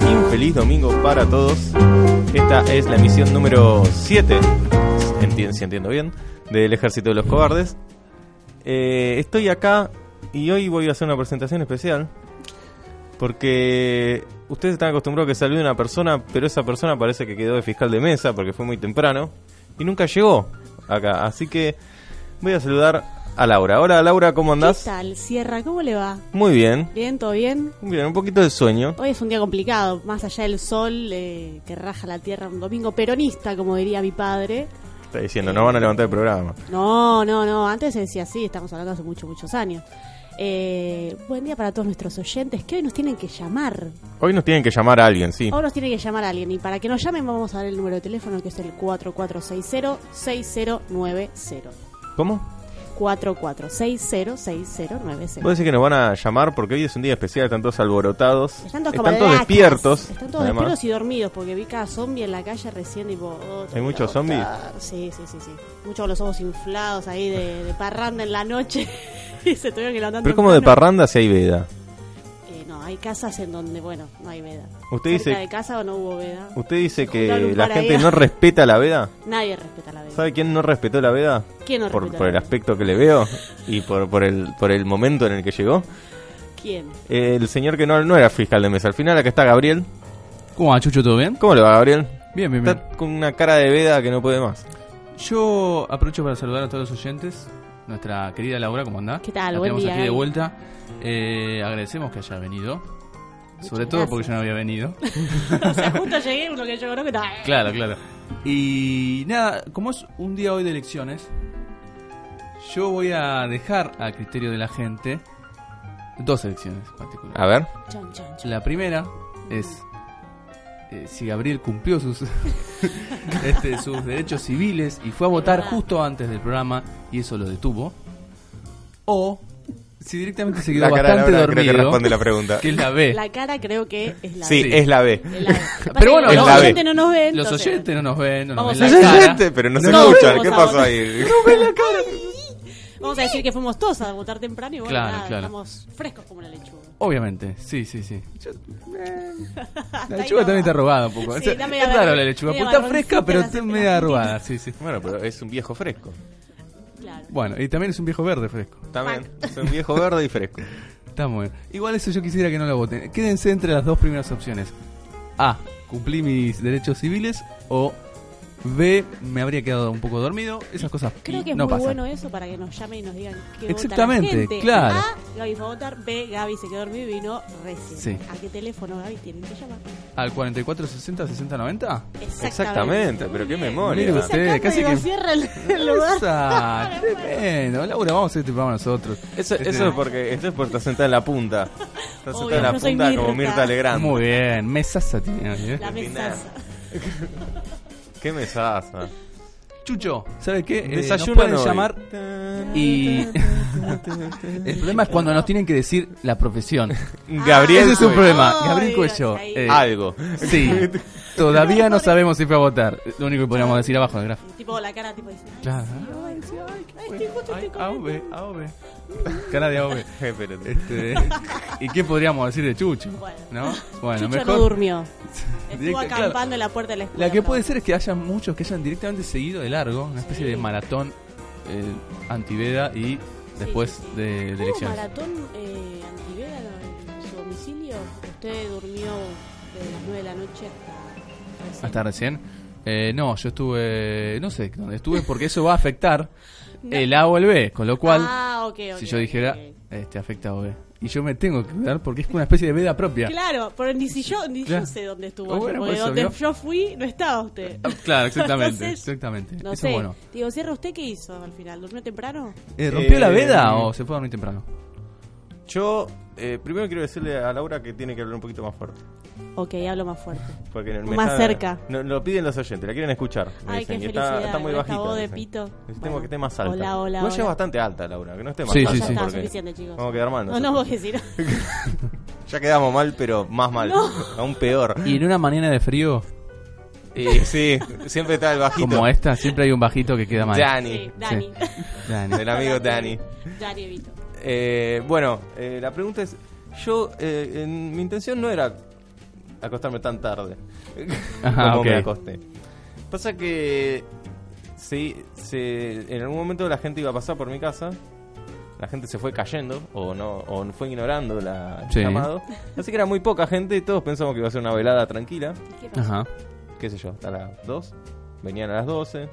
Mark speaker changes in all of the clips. Speaker 1: Y un feliz domingo para todos. Esta es la emisión número 7, entiendo, si entiendo bien, del Ejército de los Cobardes. Eh, estoy acá y hoy voy a hacer una presentación especial. Porque ustedes están acostumbrados a que salude una persona, pero esa persona parece que quedó de fiscal de mesa porque fue muy temprano y nunca llegó acá. Así que voy a saludar a Laura. Hola Laura, ¿cómo andás?
Speaker 2: ¿Qué tal, Sierra? ¿Cómo le va?
Speaker 1: Muy bien.
Speaker 2: ¿Bien? ¿Todo bien?
Speaker 1: Bien, un poquito de sueño.
Speaker 2: Hoy es un día complicado, más allá del sol eh, que raja la tierra un domingo peronista, como diría mi padre.
Speaker 1: Está diciendo, no van a levantar el programa.
Speaker 2: No, no, no, antes se decía así, estamos hablando hace muchos, muchos años. Eh, buen día para todos nuestros oyentes que hoy nos tienen que llamar.
Speaker 1: Hoy nos tienen que llamar a alguien, sí.
Speaker 2: Hoy nos tiene que llamar alguien y para que nos llamen vamos a dar el número de teléfono que es el 4460-6090.
Speaker 1: ¿Cómo?
Speaker 2: 44606090.
Speaker 1: Puedo decir que nos van a llamar porque hoy es un día especial, están todos alborotados.
Speaker 2: Están todos, como
Speaker 1: están todos
Speaker 2: lacras,
Speaker 1: despiertos.
Speaker 2: Están todos
Speaker 1: además.
Speaker 2: despiertos y dormidos porque vi cada zombie en la calle recién tipo... oh,
Speaker 1: ¿Hay muchos zombies?
Speaker 2: Sí, sí, sí, sí. Muchos con los ojos inflados ahí de, de parranda en la noche. y se tuvieron que levantar
Speaker 1: Pero es como de
Speaker 2: temprano.
Speaker 1: parranda si hay veda.
Speaker 2: Eh, no, hay casas en donde, bueno, no hay veda.
Speaker 1: Usted
Speaker 2: Cerca
Speaker 1: dice-
Speaker 2: de casa no hubo veda.
Speaker 1: ¿Usted dice
Speaker 2: Juntaron
Speaker 1: que
Speaker 2: un
Speaker 1: la
Speaker 2: par ahí.
Speaker 1: gente no respeta la veda?
Speaker 2: Nadie respeta la veda.
Speaker 1: ¿Sabe quién no respetó la veda?
Speaker 2: ¿Quién no
Speaker 1: Por,
Speaker 2: respeta
Speaker 1: por
Speaker 2: la
Speaker 1: el
Speaker 2: veda?
Speaker 1: aspecto que le veo y por, por, el, por el momento en el que llegó.
Speaker 2: ¿Quién?
Speaker 1: Eh, el señor que no, no era fiscal de mesa. Al final acá está Gabriel.
Speaker 3: ¿Cómo va, Chucho? ¿Todo bien?
Speaker 1: ¿Cómo le va, Gabriel?
Speaker 3: Bien, bien, bien.
Speaker 1: Está con una cara de veda que no puede más.
Speaker 3: Yo aprovecho para saludar a todos los oyentes. Nuestra querida Laura, ¿cómo andás?
Speaker 2: ¿Qué tal?
Speaker 3: La
Speaker 2: Buen
Speaker 3: tenemos
Speaker 2: día,
Speaker 3: aquí de
Speaker 2: Gaby.
Speaker 3: vuelta. Eh, agradecemos que haya venido. Sobre
Speaker 2: Muchas
Speaker 3: todo
Speaker 2: gracias.
Speaker 3: porque yo no había venido.
Speaker 2: o sea, justo llegué uno que yo creo que está...
Speaker 3: claro, claro. Y nada, como es un día hoy de elecciones, yo voy a dejar a criterio de la gente dos elecciones particulares.
Speaker 1: A ver.
Speaker 2: Chon, chon, chon.
Speaker 3: La primera es eh, si Gabriel cumplió sus, este, sus derechos civiles y fue a votar
Speaker 2: verdad.
Speaker 3: justo antes del programa y eso lo detuvo. O si directamente se quedó
Speaker 1: la cara de
Speaker 3: bastante
Speaker 1: Laura creo que
Speaker 3: dormido,
Speaker 1: responde la pregunta.
Speaker 3: que es la B.
Speaker 2: La cara creo que es la
Speaker 1: Sí,
Speaker 3: Sí.
Speaker 1: es la B.
Speaker 2: Es la B. Pasa
Speaker 3: Pero
Speaker 2: que
Speaker 3: bueno,
Speaker 1: es
Speaker 2: los
Speaker 1: la B.
Speaker 2: oyentes no nos ven.
Speaker 3: Los
Speaker 2: entonces-
Speaker 3: oyentes no nos ven, no nos
Speaker 2: Vamos a-
Speaker 3: ven la
Speaker 1: Pues Es
Speaker 3: cara.
Speaker 1: oyente, pero no, se
Speaker 2: No,
Speaker 1: escucha.
Speaker 2: no,
Speaker 1: ¿Qué
Speaker 2: no,
Speaker 1: pasó
Speaker 2: no.
Speaker 1: ahí?
Speaker 2: Vamos a decir que fuimos todos a votar temprano y bueno,
Speaker 3: Claro,
Speaker 2: nada,
Speaker 3: claro.
Speaker 2: estamos frescos como la lechuga.
Speaker 3: Obviamente, sí, sí, sí.
Speaker 2: Hasta
Speaker 3: La
Speaker 2: ahí
Speaker 3: lechuga
Speaker 2: nomás.
Speaker 3: también está robada un poco.
Speaker 2: Sí,
Speaker 3: O sea,
Speaker 2: está media
Speaker 3: es raro
Speaker 2: marrón-
Speaker 3: la lechuga,
Speaker 2: media
Speaker 3: porque está
Speaker 2: marroncita,
Speaker 3: fresca, pero
Speaker 2: así,
Speaker 3: está
Speaker 2: pero
Speaker 3: media
Speaker 2: juntita.
Speaker 3: robada, sí, sí.
Speaker 1: Bueno, pero es un viejo fresco.
Speaker 2: Claro.
Speaker 3: Bueno, y también es un viejo verde fresco.
Speaker 1: También. Es un viejo verde y fresco.
Speaker 3: Está muy bien. Igual eso yo quisiera que no lo voten. Quédense entre las dos primeras opciones. A. Cumplí mis derechos civiles o B. Me habría quedado un poco dormido. Esas cosas
Speaker 2: Creo que es
Speaker 3: no
Speaker 2: muy
Speaker 3: pasan.
Speaker 2: bueno eh. eso para que nos llamen y nos digan qué
Speaker 3: Exactamente,
Speaker 2: vota la gente.
Speaker 3: claro.
Speaker 2: A, Gaby fue a votar. B, Gaby se quedó dormido y vino recién.
Speaker 3: Sí.
Speaker 2: ¿A qué teléfono, Gaby, tienen que llamar?
Speaker 3: Al 44 60 60 90.
Speaker 1: Exactamente, pero qué
Speaker 2: Muy bien.
Speaker 1: memoria.
Speaker 3: Mire usted,
Speaker 2: Sacando
Speaker 3: casi
Speaker 2: de
Speaker 3: que-
Speaker 2: Gosierra el, el lugar.
Speaker 3: Esa, tremendo. Laura, vamos a hacer este programa nosotros.
Speaker 1: Eso,
Speaker 3: Este-
Speaker 1: eso es porque esto es por estar sentada en la punta. Está
Speaker 2: Obvio,
Speaker 1: sentada en la
Speaker 2: yo soy
Speaker 1: punta como
Speaker 2: Mirta.
Speaker 1: Mirta Legrand.
Speaker 3: Muy bien, mesaza tiene. ¿eh?
Speaker 2: La mesaza.
Speaker 1: Qué mesaza.
Speaker 3: Chucho, ¿sabes qué? Eh, nos
Speaker 1: Desayuno
Speaker 3: pueden
Speaker 1: no.
Speaker 3: llamar y. el problema es cuando nos tienen que decir la profesión.
Speaker 1: Gabriel
Speaker 3: Ese es un
Speaker 1: Cuello. Ah,
Speaker 3: problema.
Speaker 2: Ay,
Speaker 3: Gabriel Cuello.
Speaker 2: ahí.
Speaker 3: eh,
Speaker 1: Algo.
Speaker 3: Sí. Todavía no sabemos si fue a votar. Lo único que podríamos decir abajo del gráfico.
Speaker 2: Tipo la cara, tipo dice, ay,
Speaker 3: Claro.
Speaker 2: sí, ay, ay, estoy justo, estoy con- este.
Speaker 3: AOB, AOB. Cara de AOB.
Speaker 1: Eh, pero-
Speaker 3: Este, ¿Y qué podríamos decir de Chucho?
Speaker 2: Bueno.
Speaker 3: ¿No? Bueno,
Speaker 2: Chucho
Speaker 3: mejor.
Speaker 2: no durmió. Estuvo
Speaker 3: Directa-
Speaker 2: acampando
Speaker 3: claro.
Speaker 2: en la puerta de la escuela.
Speaker 3: La que
Speaker 2: pero-
Speaker 3: puede ser es que haya muchos que hayan directamente seguido de largo, una especie
Speaker 2: Sí.
Speaker 3: de maratón eh, antiveda y después
Speaker 2: Sí, sí, sí.
Speaker 3: de, de
Speaker 2: ¿Hubo
Speaker 3: elecciones.
Speaker 2: maratón eh, antiveda en su domicilio? ¿Usted durmió desde las 9 de la noche hasta recién?
Speaker 3: Hasta recién. Eh, no, yo estuve. No sé dónde estuve porque eso va a afectar
Speaker 2: No.
Speaker 3: el A o el B, con lo cual.
Speaker 2: Ah, ok, ok,
Speaker 3: si yo
Speaker 2: ok,
Speaker 3: dijera,
Speaker 2: ok.
Speaker 3: este, afecta a OB. Y yo me tengo que cuidar porque es una especie de veda propia.
Speaker 2: Claro, pero ni si yo, ni
Speaker 3: Claro.
Speaker 2: yo sé dónde estuvo.
Speaker 3: Ah,
Speaker 2: yo,
Speaker 3: bueno,
Speaker 2: porque
Speaker 3: por eso,
Speaker 2: donde
Speaker 3: ¿vio?
Speaker 2: yo fui no estaba usted.
Speaker 3: Ah, Claro, exactamente.
Speaker 2: Entonces,
Speaker 3: exactamente.
Speaker 2: No
Speaker 3: Eso
Speaker 2: sé.
Speaker 3: es bueno.
Speaker 2: Digo, Sierra, ¿usted qué hizo al final? ¿Durmió temprano?
Speaker 3: Eh, ¿Rompió la
Speaker 1: Eh,
Speaker 3: veda o se fue a dormir temprano?
Speaker 1: Yo eh, primero quiero decirle a Laura que tiene que hablar un poquito más fuerte.
Speaker 2: Ok, hablo más fuerte.
Speaker 1: Porque me
Speaker 2: Más
Speaker 1: está-
Speaker 2: cerca.
Speaker 1: no- lo piden los oyentes, la quieren escuchar. me
Speaker 2: Ay,
Speaker 1: dicen,
Speaker 2: qué
Speaker 1: y está,
Speaker 2: felicidad,
Speaker 1: está muy
Speaker 2: con esta
Speaker 1: bajita.
Speaker 2: voz de
Speaker 1: dicen.
Speaker 2: pito.
Speaker 1: Necesitamos
Speaker 2: Bueno.
Speaker 1: que esté más alta.
Speaker 2: Hola, hola,
Speaker 1: Igual ya
Speaker 2: hola.
Speaker 1: es bastante alta, Laura, que no esté más
Speaker 3: Sí,
Speaker 1: alta.
Speaker 3: sí,
Speaker 2: ya
Speaker 3: sí.
Speaker 2: está,
Speaker 1: porque
Speaker 2: suficiente, chicos.
Speaker 1: Vamos a quedar mal.
Speaker 2: No, no,
Speaker 1: nosotros.
Speaker 2: vos que si no.
Speaker 1: Ya quedamos mal, pero más mal. Aún peor.
Speaker 3: Y en una mañana de frío
Speaker 1: Y sí, siempre está el bajito.
Speaker 3: como esta, siempre hay un bajito que queda mal.
Speaker 1: Dani,
Speaker 2: Sí, Dani.
Speaker 3: Dani.
Speaker 1: el amigo Dani.
Speaker 2: Dani Evito.
Speaker 1: Eh, bueno, eh, la pregunta es, yo, eh, en- mi intención no era acostarme tan tarde
Speaker 3: Ajá,
Speaker 1: como
Speaker 3: ok.
Speaker 1: me acosté. Pasa que sí, se- en algún momento la gente iba a pasar por mi casa, la gente se fue cayendo o no o fue ignorando la,
Speaker 3: Sí.
Speaker 1: el llamado, así que era muy poca gente y todos pensamos que iba a ser una velada tranquila,
Speaker 2: ¿Qué pasó?
Speaker 3: Ajá.
Speaker 1: qué sé yo, hasta las 2, venían a las 12,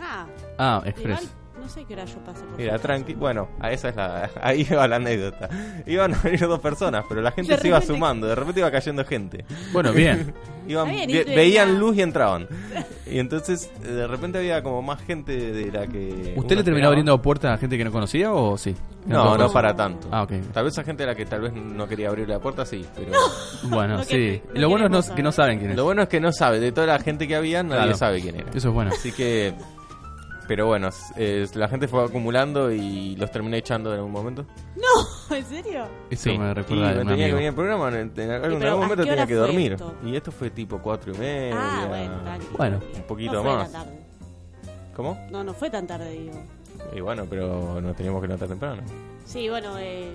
Speaker 2: Ah,
Speaker 3: Ah,
Speaker 2: igual,
Speaker 3: Express.
Speaker 2: no sé qué hora yo pasé por
Speaker 1: Era
Speaker 2: acá.
Speaker 1: tranqui. Bueno, a esa es la, ahí va la anécdota. Iban a venir dos personas, pero la gente
Speaker 2: De
Speaker 1: se iba
Speaker 2: repente-
Speaker 1: sumando, de repente iba cayendo gente.
Speaker 3: Bueno, bien.
Speaker 1: Iban-
Speaker 2: Está bien,
Speaker 1: ve-
Speaker 2: increíble.
Speaker 1: veían luz y entraban. Y entonces eh, de repente había como más gente de la que...
Speaker 3: ¿Usted
Speaker 1: uno
Speaker 3: le terminó
Speaker 1: esperaba.
Speaker 3: abriendo puertas a gente que no conocía o sí?
Speaker 1: No, no
Speaker 3: conocía.
Speaker 1: para tanto.
Speaker 3: Ah, ok.
Speaker 1: Tal vez a gente a la que tal vez no quería abrir la puerta, sí, pero...
Speaker 3: Bueno,
Speaker 2: No
Speaker 3: sí.
Speaker 2: que- no
Speaker 3: Lo bueno es no- ¿eh?
Speaker 2: queremos
Speaker 3: que no saben quién es.
Speaker 1: Lo bueno es que no sabe, de toda la gente que había, nadie
Speaker 3: Claro.
Speaker 1: sabe quién era.
Speaker 3: Eso es bueno.
Speaker 1: Así que... Pero bueno, s- eh, la gente fue acumulando y los terminé echando en algún momento.
Speaker 2: No, ¿en serio?
Speaker 3: Eso
Speaker 1: Sí.
Speaker 3: me
Speaker 1: y
Speaker 3: recuerda de
Speaker 1: me
Speaker 3: un
Speaker 1: tenía que
Speaker 3: amigo.
Speaker 1: venir al programa, en, en algún
Speaker 2: pero ¿a
Speaker 1: momento
Speaker 2: qué
Speaker 1: tenía
Speaker 2: hora
Speaker 1: que
Speaker 2: fue
Speaker 1: dormir.
Speaker 2: esto?
Speaker 1: Y esto fue tipo cuatro y media.
Speaker 2: Ah, bueno, Dani.
Speaker 3: Bueno,
Speaker 1: Eh, un poquito
Speaker 2: no fue
Speaker 1: más.
Speaker 2: Tan tarde.
Speaker 1: ¿Cómo?
Speaker 2: No, no fue tan tarde, digo.
Speaker 1: Y bueno, pero nos teníamos que levantar temprano.
Speaker 2: Sí, bueno, eh.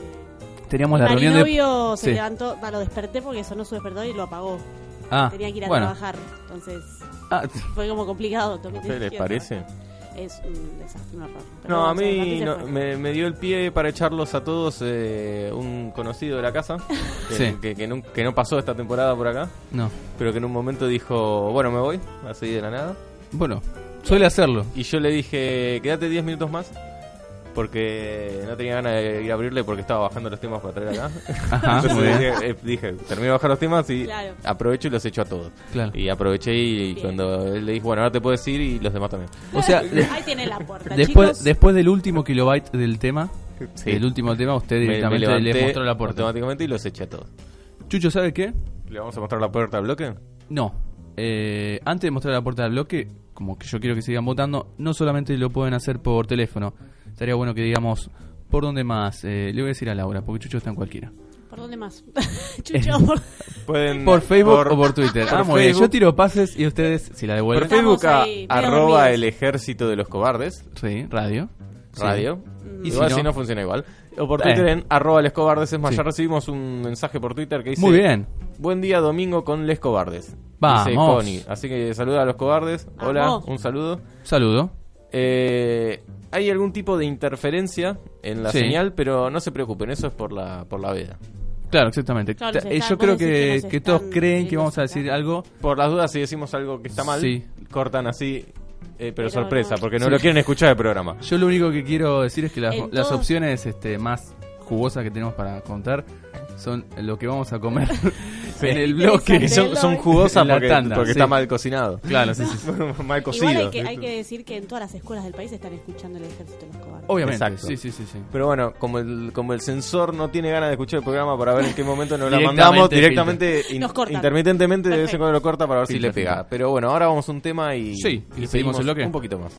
Speaker 3: Teníamos la reunión de.
Speaker 2: Marinovio se
Speaker 3: Sí.
Speaker 2: levantó, va, lo desperté porque sonó su despertador y lo apagó.
Speaker 3: Ah,
Speaker 2: Tenía que ir a
Speaker 3: bueno.
Speaker 2: trabajar, entonces
Speaker 3: Ah,
Speaker 2: fue como complicado. tomé
Speaker 1: ¿A ustedes les
Speaker 2: decisión.
Speaker 1: parece?
Speaker 2: Es un desastre, un error. Pero
Speaker 1: No, a
Speaker 2: bueno, se
Speaker 1: mí
Speaker 2: levantó y se
Speaker 1: no-
Speaker 2: fue.
Speaker 1: me, me dio el pie para echarlos a todos eh, un conocido de la casa, que,
Speaker 3: Sí.
Speaker 1: que, que nun- que no pasó esta temporada por acá,
Speaker 3: no.
Speaker 1: pero que en un momento dijo, bueno, me voy, así de la nada.
Speaker 3: Bueno, suele hacerlo.
Speaker 1: Y yo le dije, quédate 10 minutos más, porque no tenía ganas de ir a abrirle porque estaba bajando los temas para traer acá.
Speaker 3: Ajá, muy
Speaker 1: Entonces
Speaker 3: bien.
Speaker 1: dije, eh, dije, termino de bajar los temas y
Speaker 2: Claro.
Speaker 1: aprovecho y los echo a todos.
Speaker 3: Claro.
Speaker 1: Y aproveché y,
Speaker 2: Bien.
Speaker 1: cuando él le dijo, bueno, ahora te puedes ir y los demás también.
Speaker 3: O sea, de-
Speaker 2: Ahí tiene la puerta.
Speaker 3: después,
Speaker 2: chicos.
Speaker 3: después del último kilobyte del tema,
Speaker 1: Sí.
Speaker 3: del último tema, usted
Speaker 1: Me- me
Speaker 3: directamente
Speaker 1: levanté
Speaker 3: le mostró la puerta.
Speaker 1: Automáticamente y los eché a todos.
Speaker 3: Chucho, ¿sabe qué?
Speaker 1: ¿Le vamos a mostrar la puerta al bloque?
Speaker 3: No. Eh, antes de mostrar la puerta del bloque, como que yo quiero que sigan votando, no solamente lo pueden hacer por teléfono. Estaría bueno que digamos por dónde más. Eh, le voy a decir a Laura, porque Chucho está en cualquiera.
Speaker 2: ¿Por dónde más? Chucho, por...
Speaker 1: Pueden
Speaker 3: Por Facebook
Speaker 1: por-
Speaker 3: o por Twitter.
Speaker 1: por
Speaker 3: Ah, muy bien.
Speaker 1: Facebook.
Speaker 3: Yo tiro pases y ustedes, si la
Speaker 1: Por
Speaker 3: devuelven.
Speaker 1: Facebook a-
Speaker 2: ahí, medio
Speaker 1: arroba
Speaker 2: dormidos.
Speaker 1: el ejército de los cobardes,
Speaker 3: Sí, radio. Sí.
Speaker 1: radio.
Speaker 3: Y
Speaker 1: Igual
Speaker 3: si no-
Speaker 1: si no funciona igual. O por
Speaker 3: Eh.
Speaker 1: Twitter en arroba les cobardes. Es más,
Speaker 3: Sí.
Speaker 1: ya recibimos un mensaje por Twitter que dice...
Speaker 3: Muy bien.
Speaker 1: Buen día domingo con les cobardes. Dice
Speaker 3: Vamos.
Speaker 1: Connie. Así que saluda a los cobardes. Hola,
Speaker 2: Vamos.
Speaker 1: un saludo.
Speaker 3: Saludo.
Speaker 1: Eh, hay algún tipo de interferencia en la
Speaker 3: Sí.
Speaker 1: señal, pero no se preocupen, eso es por la, por la veda.
Speaker 3: Claro, exactamente.
Speaker 2: Claro,
Speaker 3: Ta-
Speaker 2: nos
Speaker 3: eh,
Speaker 2: están-
Speaker 3: yo
Speaker 2: vos
Speaker 3: creo
Speaker 2: decís que
Speaker 3: que,
Speaker 2: nos
Speaker 3: que
Speaker 2: están
Speaker 3: todos creen que
Speaker 2: viendo
Speaker 3: vamos a
Speaker 2: sacar.
Speaker 3: decir algo.
Speaker 1: Por las dudas, si decimos algo que está mal,
Speaker 3: Sí.
Speaker 1: cortan así, eh, pero,
Speaker 2: Pero
Speaker 1: sorpresa,
Speaker 2: no.
Speaker 1: porque no lo quieren escuchar el programa.
Speaker 3: Yo lo único que quiero decir es que las,
Speaker 2: En
Speaker 3: las
Speaker 2: todos-
Speaker 3: opciones este, más jugosas que tenemos para contar son lo que vamos a comer en el
Speaker 1: Y
Speaker 3: bloque.
Speaker 2: Interesante.
Speaker 1: son, son jugosas
Speaker 3: En la
Speaker 1: porque,
Speaker 3: tanda,
Speaker 1: porque
Speaker 3: sí.
Speaker 1: está mal cocinado.
Speaker 3: Claro, sí, sí, sí.
Speaker 1: mal cocido.
Speaker 2: Igual hay que, hay que decir que en todas las escuelas del país están escuchando el ejército de los cobardes.
Speaker 3: Obviamente.
Speaker 1: Exacto.
Speaker 3: Sí, sí, sí, sí.
Speaker 1: Pero bueno, como el, como el sensor no tiene ganas de escuchar el programa para ver en qué momento nos la
Speaker 3: Directamente
Speaker 1: mandamos,
Speaker 3: filtra.
Speaker 1: directamente, in-
Speaker 2: Nos corta.
Speaker 1: intermitentemente de vez en
Speaker 2: Perfecto.
Speaker 1: cuando lo corta para ver si
Speaker 3: Filtra,
Speaker 1: le pega.
Speaker 3: filtra.
Speaker 1: Pero bueno, ahora vamos a un tema y,
Speaker 3: Sí,
Speaker 1: y
Speaker 3: ¿le seguimos el bloque?
Speaker 1: un poquito más.